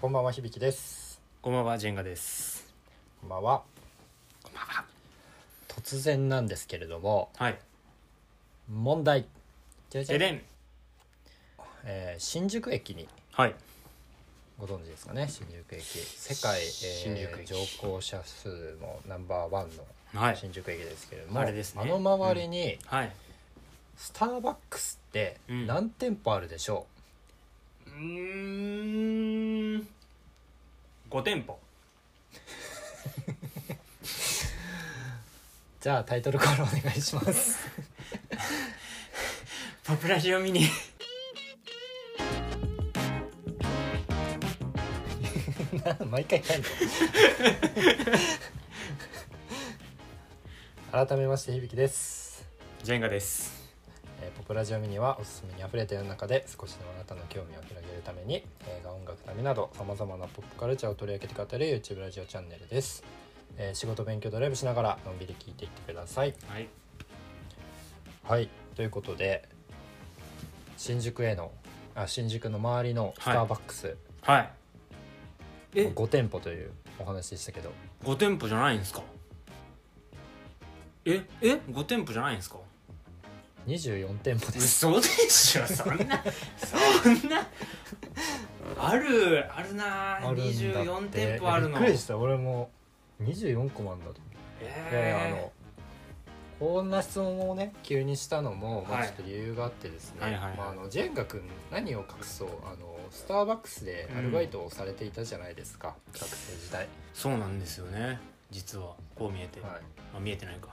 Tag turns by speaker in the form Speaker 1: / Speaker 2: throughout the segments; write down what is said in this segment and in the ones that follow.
Speaker 1: こんばんは響です
Speaker 2: こんばんはジェンガです。
Speaker 1: こんばんは
Speaker 2: こんばんは。
Speaker 1: 突然なんですけれども
Speaker 2: はい。
Speaker 1: 問題じゃじゃ
Speaker 2: で
Speaker 1: ん
Speaker 2: でん。
Speaker 1: えー新宿駅に
Speaker 2: はい。
Speaker 1: ご存知ですかね新宿駅世界、えー
Speaker 2: 新宿駅
Speaker 1: 乗降者数のナンバーワンの
Speaker 2: はい。
Speaker 1: 新宿駅ですけれども、
Speaker 2: あれですね
Speaker 1: の周りに
Speaker 2: はい。
Speaker 1: スターバックスって
Speaker 2: うん
Speaker 1: 何店舗あるでしょ
Speaker 2: うーん。五店舗。
Speaker 1: う、じゃあタイトルコールお願いします
Speaker 2: ポプラジオミニ。
Speaker 1: 毎回 何の改めまして響です
Speaker 2: ジェンガです。
Speaker 1: えーポプラジオミニはおすすめにあふれている中で少しでもあなたの興味を広げるために映画音楽旅などさまざまなポップカルチャーを取り上げて語る YouTube ラジオチャンネルです、えー仕事勉強ドライブしながらのんびり聞いていってください
Speaker 2: はい。
Speaker 1: はいということで新宿へのあ新宿の周りのスターバックス、
Speaker 2: はい。え
Speaker 1: 5店舗というお話でしたけど
Speaker 2: 五店舗じゃないんですか。え、え、五店舗じゃないんですか。
Speaker 1: 24店舗です
Speaker 2: 嘘でしょ。そんな。そんな。ある、あるな
Speaker 1: あ
Speaker 2: ー。
Speaker 1: るんだっ
Speaker 2: 二
Speaker 1: て
Speaker 2: 十四店舗あるの。
Speaker 1: びっくりした俺も24個もあんだと思っていやいやあ
Speaker 2: えー
Speaker 1: のこんな質問をね急にしたのも、まあ
Speaker 2: はい
Speaker 1: ちょっと理由があってですね、
Speaker 2: はいはいはい
Speaker 1: まあ、あのジェンガ君何を隠そうあのスターバックスでアルバイトをされていたじゃないですか、学生時代、
Speaker 2: そうなんですよね。実は。こう見えて。
Speaker 1: は
Speaker 2: あ、見えてないか。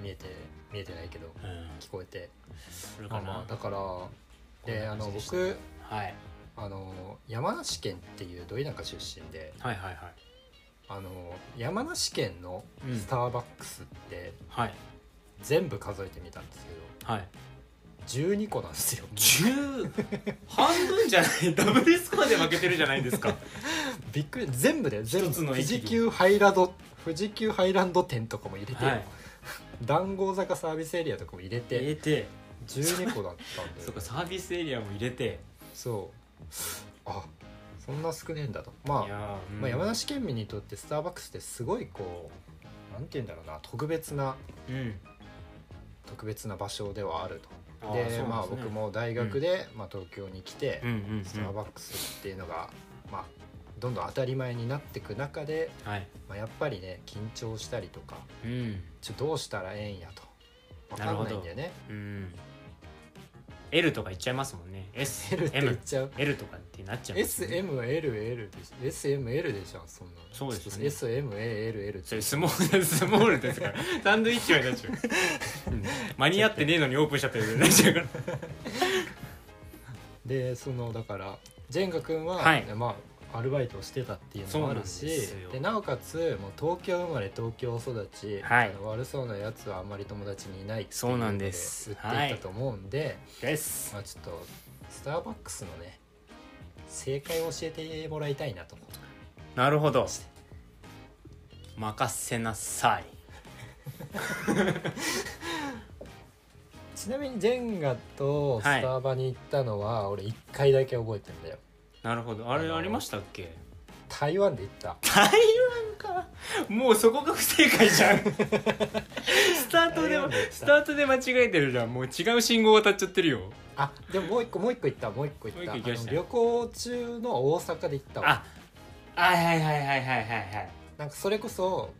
Speaker 1: い、見えて見えてないけど
Speaker 2: うん。
Speaker 1: 聞こえて
Speaker 2: それ
Speaker 1: まあ
Speaker 2: か
Speaker 1: ま
Speaker 2: な
Speaker 1: あ。だからであの
Speaker 2: こんな感じでした
Speaker 1: 僕
Speaker 2: はい。
Speaker 1: あの山梨県っていうど田舎出身で
Speaker 2: はいはいはい。
Speaker 1: あの山梨県の
Speaker 2: うん
Speaker 1: スターバックスって
Speaker 2: はい。
Speaker 1: 全部数えてみたんですけ
Speaker 2: は
Speaker 1: ど
Speaker 2: い。
Speaker 1: 12個なんですよ
Speaker 2: 十。半分じゃない、 ダブルスコアで負けてるじゃないです か。
Speaker 1: びっくり全部で全部
Speaker 2: 一つの
Speaker 1: 富
Speaker 2: 駅
Speaker 1: 士急ハイランド富士急ハイランド店とかも入れて、
Speaker 2: はい。
Speaker 1: 談合坂サービスエリアとかも入れ
Speaker 2: 入
Speaker 1: て
Speaker 2: れて、
Speaker 1: 12個だったんだ
Speaker 2: そ
Speaker 1: よ
Speaker 2: うか、サービスエリアも入れて。
Speaker 1: そうあそんな少ねえんだと
Speaker 2: い
Speaker 1: まあ,、
Speaker 2: やー、うん
Speaker 1: まあ山。梨県民にとってスターバックスってすごいこうなんて言うんだろうな特別な
Speaker 2: うん。
Speaker 1: 特別な場所ではある
Speaker 2: あ
Speaker 1: と
Speaker 2: ー
Speaker 1: で
Speaker 2: そう
Speaker 1: ま
Speaker 2: な
Speaker 1: あ
Speaker 2: んすね
Speaker 1: 僕。も大学で、まあ、東京に来て、
Speaker 2: うんうんうん。
Speaker 1: スターバックスっていうのが、まあ、どんどん当たり前になってく中で、
Speaker 2: はい。
Speaker 1: まあ、やっぱりね緊張したりとか
Speaker 2: うん。
Speaker 1: ちょどうしたらええんやと分かんないんだよね
Speaker 2: うん。L とか言っちゃいますもんね。S、
Speaker 1: L って言っ
Speaker 2: M、
Speaker 1: ちゃう
Speaker 2: L とかってなっちゃいますもんね。
Speaker 1: SMLL でしょ SML でしょそんなの
Speaker 2: そうですよね
Speaker 1: SMALL
Speaker 2: それスモール、 スモールですから。サンドイッチはなっちゃう。うん間に合ってねえのにオープンしちゃったよね。なっちゃうから。
Speaker 1: でそのだからジェンガ君は、
Speaker 2: はい
Speaker 1: まあアルバイトをしてたっていうのもある
Speaker 2: そうなんで
Speaker 1: し
Speaker 2: すよ
Speaker 1: でなおかつもう東京生まれ東京育ち、
Speaker 2: はい
Speaker 1: あの悪そうなやつはあんまり友達にいないってい
Speaker 2: そうなんです
Speaker 1: ので売っていったと思うんで、
Speaker 2: です。
Speaker 1: まあ、ちょっとスターバックスのね正解を教えてもらいたいなと思って
Speaker 2: なるほど
Speaker 1: ま。して
Speaker 2: 任せなさい。
Speaker 1: ちなみにジェンガとスタバに行ったのは、俺1回だけ覚えてんだよ
Speaker 2: なるほどあれ
Speaker 1: あの
Speaker 2: ありましたっけ
Speaker 1: 台湾で行った
Speaker 2: 台湾かもうそこが不正解 じゃんスタートで
Speaker 1: 台湾でした
Speaker 2: スタートで間違えてるじゃんもう違う信号渡っちゃってるよ
Speaker 1: あでももう一個もう一個行ったもう一個行った
Speaker 2: もう一個行きました
Speaker 1: あの旅行中の大阪で行ったわ
Speaker 2: あはいはいはいはいはいはい
Speaker 1: なんかそれこそ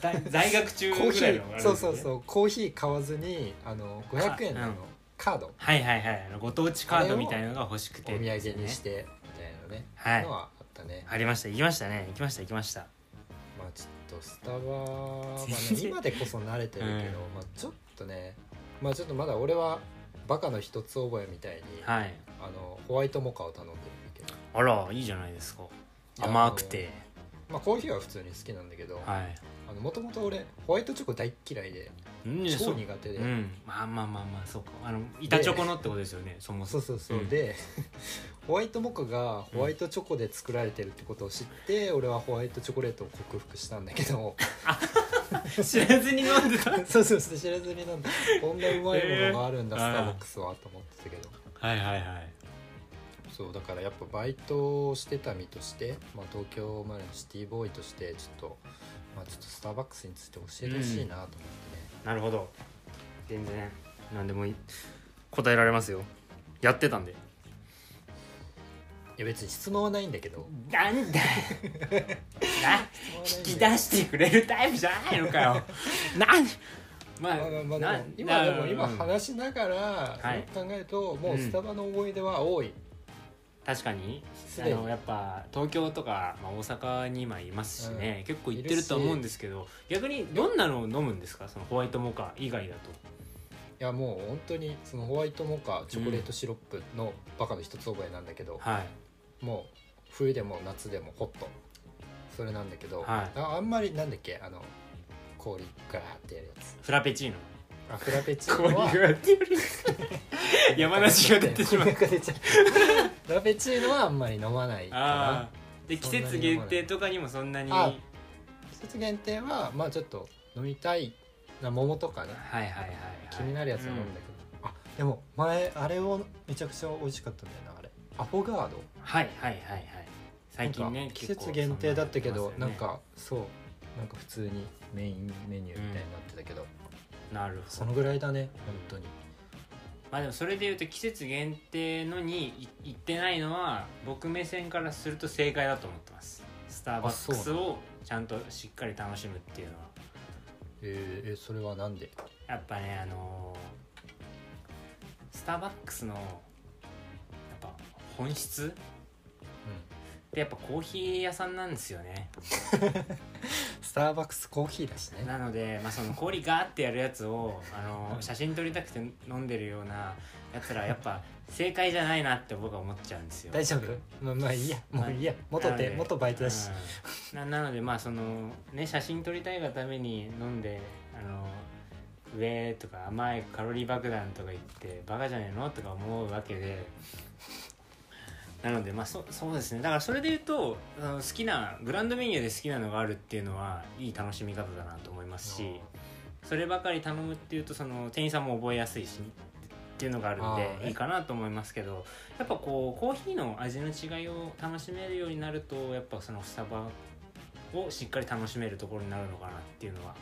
Speaker 2: はい在在学
Speaker 1: コ
Speaker 2: 中
Speaker 1: ーヒ
Speaker 2: ぐらいの
Speaker 1: ーそうそう
Speaker 2: う
Speaker 1: そうコーヒー買わずにあの500円のあの
Speaker 2: うん
Speaker 1: カードお
Speaker 2: はいはいはいあのご当地カードみたいのが欲しく
Speaker 1: 土
Speaker 2: て
Speaker 1: 産にし
Speaker 2: ね
Speaker 1: てみたいなね、
Speaker 2: はい
Speaker 1: のはあったね
Speaker 2: ありました行きましたね行きました行きました
Speaker 1: まあちょっとスタバは、 ね、
Speaker 2: 全然
Speaker 1: 今でこそ慣れてるけど、
Speaker 2: う
Speaker 1: まあ、ちょっとねまあちょっとまだ俺はバカの一つ覚えみたいに、
Speaker 2: はい
Speaker 1: あのホワイトモカを頼んでるんだけど、
Speaker 2: あらいいじゃないですか
Speaker 1: や
Speaker 2: 甘くて
Speaker 1: まあ、コーヒーは普通に好きなんだけど
Speaker 2: はい
Speaker 1: もともと俺ホワイトチョコ大っ嫌いで
Speaker 2: うんそ
Speaker 1: 超
Speaker 2: う
Speaker 1: 苦手で、
Speaker 2: うんまあまあまあまあそうかあの板チョコのってことですよねそもそ
Speaker 1: そ
Speaker 2: も
Speaker 1: うそうそう、
Speaker 2: うん
Speaker 1: で ホワイトモカがホワイトチョコで作られてるってことを知って、俺はホワイトチョコレートを克服したんだけ ど
Speaker 2: 知らずに飲んでた
Speaker 1: そうそうそう知らずになんだこんなうまいものがあるんだ、
Speaker 2: えー
Speaker 1: スターバックスはと思ってたけど
Speaker 2: はいはいはい
Speaker 1: そうだからやっぱバイトをしてた身として、まあ、東京生まれのシティボーイとしてちょっと、まあ、ちょっとスターバックスについて教えてほしいなと思ってね、
Speaker 2: なるほど全然何でもいい答えられますよやってたんで
Speaker 1: いや別に質問はないんだけど
Speaker 2: なん だよ引き出してくれるタイプじゃないのかよなん
Speaker 1: ま
Speaker 2: ま
Speaker 1: あまあまあ
Speaker 2: な
Speaker 1: でも今で
Speaker 2: う
Speaker 1: も
Speaker 2: ん
Speaker 1: 今話しながら
Speaker 2: はい
Speaker 1: そう考えるともうスタバの思い出は多い、
Speaker 2: 確かに
Speaker 1: す
Speaker 2: あ
Speaker 1: でに
Speaker 2: のやっぱ東京とか、まあ、大阪に今いますしね、結構行って
Speaker 1: いる
Speaker 2: る
Speaker 1: し
Speaker 2: とは思うんですけど逆にどんなのを飲むんですかそのホワイトモカ以外だと
Speaker 1: いやもう本当にそのホワイトモカチョコレートシロップのバカの一つ覚えなんだけど、
Speaker 2: はい
Speaker 1: もう冬でも夏でもホットそれなんだけど、
Speaker 2: はい
Speaker 1: ああんまりなんだっけあの氷ガーってやるやつ
Speaker 2: フラペチーノ
Speaker 1: あフラペチー
Speaker 2: こう
Speaker 1: ノは
Speaker 2: いうやってる山梨が出てしまう
Speaker 1: これが出ちゃう フラペチーノはあんまり飲まないか
Speaker 2: あ
Speaker 1: な
Speaker 2: あで季節限定とかにもそんなに
Speaker 1: そんな
Speaker 2: は
Speaker 1: に
Speaker 2: い
Speaker 1: 季節限定はまあちょっと飲みたいな桃とかね
Speaker 2: はいはいはい
Speaker 1: 気になるやつは飲んだけど、あでも前あれをめちゃくちゃ美味しかったんだよなあれアフォガード
Speaker 2: はいはいはいはい最近
Speaker 1: なん
Speaker 2: ね
Speaker 1: か季
Speaker 2: 結構
Speaker 1: 節限定だったけ
Speaker 2: そ
Speaker 1: ど
Speaker 2: ん
Speaker 1: な
Speaker 2: の
Speaker 1: ん
Speaker 2: やってますよ
Speaker 1: か
Speaker 2: ね
Speaker 1: そうなんか普通にメインメニューみたいになってたけど、
Speaker 2: なる
Speaker 1: そ
Speaker 2: ほ
Speaker 1: の
Speaker 2: ど
Speaker 1: ぐらいだね本当に
Speaker 2: まあでもそれでいうと季節限定のにい行ってないのは僕目線からすると正解だと思ってますスターバック
Speaker 1: あそ
Speaker 2: ス
Speaker 1: う
Speaker 2: をちゃんとしっかり楽しむっていうのは
Speaker 1: えーえそれはなんで
Speaker 2: やっぱねあのースターバックスのやっぱ本質ってやっぱコーヒー屋さんなんですよね
Speaker 1: スターバックスコーヒーだしね
Speaker 2: なので、まあ、その氷ガーってやるやつをあの写真撮りたくて飲んでるようなやつらはやっぱ正解じゃないなって僕は思っちゃうんですよ。
Speaker 1: 大丈夫まあまあいいやもういいや元
Speaker 2: なの
Speaker 1: 手
Speaker 2: で
Speaker 1: 元バイトだし、
Speaker 2: うんな なのでまあそのね写真撮りたいがために飲んであの上とか甘いカロリー爆弾とか言ってバカじゃねえのとか思うわけでなのでまあそそうですねだからそれで言うとあの好きなグランドメニューで好きなのがあるっていうのはいい楽しみ方だなと思いますしそればかり頼むっていうとその店員さんも覚えやすいしっていうのがあるん
Speaker 1: あー
Speaker 2: で
Speaker 1: ね
Speaker 2: いいかなと思いますけどやっぱこうコーヒーの味の違いを楽しめるようになるとやっぱそのスタバをしっかり楽しめるところになるのかなっていうのは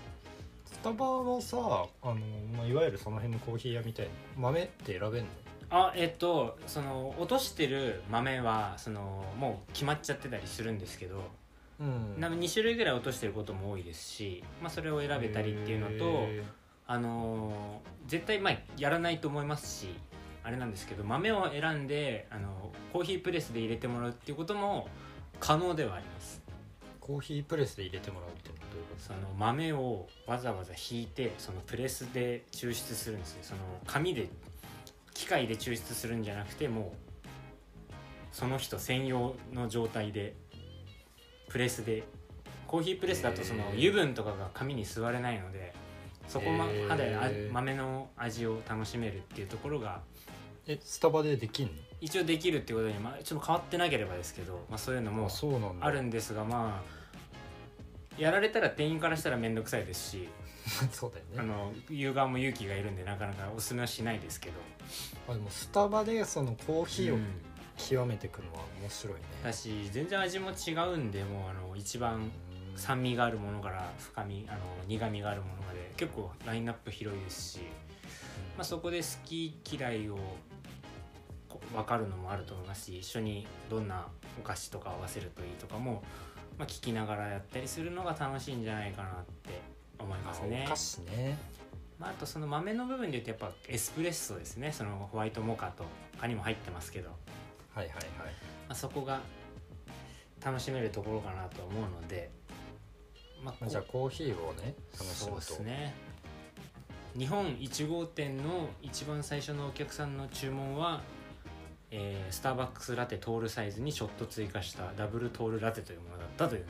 Speaker 1: スタバはさあの、まあ、いわゆるその辺のコーヒー屋みたいな豆って選べんの
Speaker 2: あえっとその落としてる豆はそのもう決まっちゃってたりするんですけど、
Speaker 1: うん
Speaker 2: な2種類ぐらい落としてることも多いですし、まあ、それを選べたりっていうのと、
Speaker 1: へ
Speaker 2: あのー絶対まあやらないと思いますしあれなんですけど豆を選んで、あのコーヒープレスで入れてもらうっていうことも可能ではあります
Speaker 1: ーコーヒープレスで入れてもらうってことどういうこと
Speaker 2: その豆をわざわざひいてそのプレスで抽出するんですよその紙で機械で抽出するんじゃなくてもうその人専用の状態でプレスでコーヒープレスだとその
Speaker 1: へー
Speaker 2: 油分とかが紙に吸われないのでそこま
Speaker 1: へー
Speaker 2: であ豆の味を楽しめるっていうところが
Speaker 1: えスタバでできんの
Speaker 2: 一応できるっていうことに、まあ、ちょっと変わってなければですけど、まあ、そういうのも
Speaker 1: あそうなんだ
Speaker 2: あるんですがまあやられたら店員からしたら面倒くさいですし
Speaker 1: そうだよね
Speaker 2: あの言う側も勇気がいるんでなかなかおすすめはしないですけど、
Speaker 1: あでもスタバでそのコーヒー
Speaker 2: う
Speaker 1: を
Speaker 2: ん
Speaker 1: 極めていくのは面白いね、
Speaker 2: だし全然味も違うんでもうあの一番
Speaker 1: うん
Speaker 2: 酸味があるものから深みあの苦みがあるものまで結構ラインナップ広いですし、まあ、そこで好き嫌いをこ分かるのもあると思いますし一緒にどんなお菓子とか合わせるといいとかも、まあ、聞きながらやったりするのが楽しいんじゃないかなって思いますね
Speaker 1: あお。菓子ね
Speaker 2: まあ、あとその豆の部分で言うとやっぱエスプレッソですねそのホワイトモカと他にも入ってますけど、
Speaker 1: は
Speaker 2: ま
Speaker 1: いはいはい
Speaker 2: あ、そこが楽しめるところかなと思うので、ま
Speaker 1: まあじゃあコーヒーをね楽しむ
Speaker 2: そう
Speaker 1: と
Speaker 2: ですね日本1号店の一番最初のお客さんの注文は、えースターバックスラテトールサイズにちょっと追加したダブルトールラテというものだったという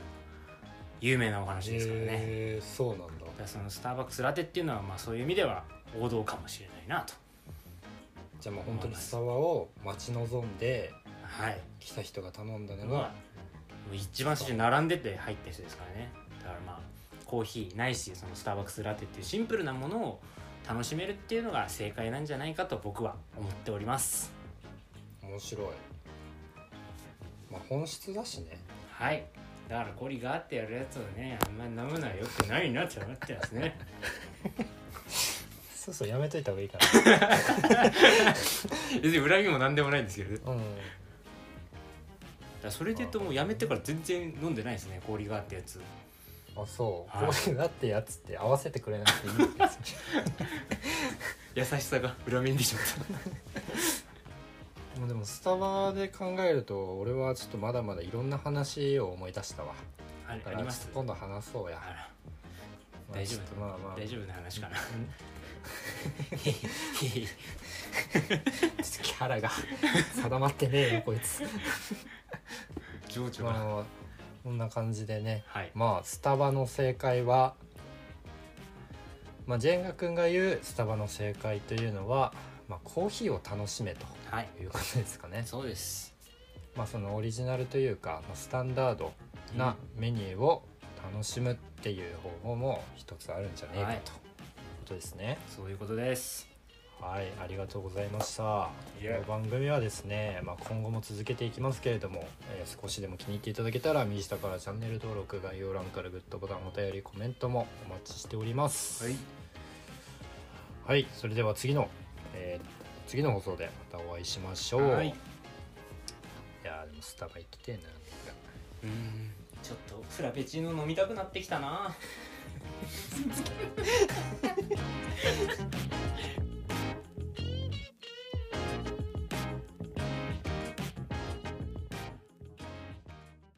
Speaker 2: 有名なお話ですからね、
Speaker 1: へーそうなんだ
Speaker 2: だからそのスターバックスラテっていうのはまあそういう意味では王道かもしれないなと
Speaker 1: じゃあもう本当にスタバを待ち望んで
Speaker 2: はい
Speaker 1: 来た人が頼んだの
Speaker 2: ま
Speaker 1: が、
Speaker 2: あ、一番最初に並んでて入った人ですからねだからまあコーヒーないしそのスターバックスラテっていうシンプルなものを楽しめるっていうのが正解なんじゃないかと僕は思っております
Speaker 1: 面白いまあ本質だしね
Speaker 2: はいだからゴリがあってやるやつをねあんまり飲むのはよくないなって思ってますね
Speaker 1: そうそうやめといた方がいいか
Speaker 2: 別に恨みも何でもないんですけどだか
Speaker 1: なうん
Speaker 2: らそれで言うともうやめてから全然飲んでないですね氷があってやつ
Speaker 1: あそう
Speaker 2: はい
Speaker 1: こういうだってやつって合わせてくれなくていいんですよ
Speaker 2: 優しさが裏面でしょ
Speaker 1: もうでもスタバで考えると俺はちょっとまだまだいろんな話を思い出したわ
Speaker 2: あ
Speaker 1: だか
Speaker 2: あ
Speaker 1: らち
Speaker 2: り
Speaker 1: ょ
Speaker 2: ま
Speaker 1: っ
Speaker 2: す
Speaker 1: と今度話そうや、
Speaker 2: あら
Speaker 1: まあ
Speaker 2: 大丈
Speaker 1: ちょっと
Speaker 2: 夫
Speaker 1: まあまあ
Speaker 2: 大丈夫な話かな
Speaker 1: ちょっとキャラが 定まってねえよこいつ
Speaker 2: 情緒
Speaker 1: まあ
Speaker 2: が
Speaker 1: まあこんな感じでね
Speaker 2: はい
Speaker 1: まあスタバの正解はまあジェンガ君が言うスタバの正解というのは、まあ、コーヒーを楽しめと
Speaker 2: はい
Speaker 1: いうことですかね
Speaker 2: そうです
Speaker 1: まあ、そのオリジナルというか、まあ、スタンダードなメニューを楽しむっていう方法も一つあるんじゃねえかと、
Speaker 2: はい
Speaker 1: いうことですね。
Speaker 2: そういうことです
Speaker 1: はい、ありがとうございました。
Speaker 2: い
Speaker 1: こ
Speaker 2: え
Speaker 1: の番組はですね、まあ、今後も続けていきますけれども、えー少しでも気に入っていただけたら右下からチャンネル登録概要欄からグッドボタンお便りコメントもお待ちしております。
Speaker 2: はい、
Speaker 1: はいそれでは次の、えー次の放送でまたお会いしましょう。、
Speaker 2: はいい
Speaker 1: やーでもスタバ行きてえな。
Speaker 2: うんちょっとフラペチーノ飲みたくなってきたな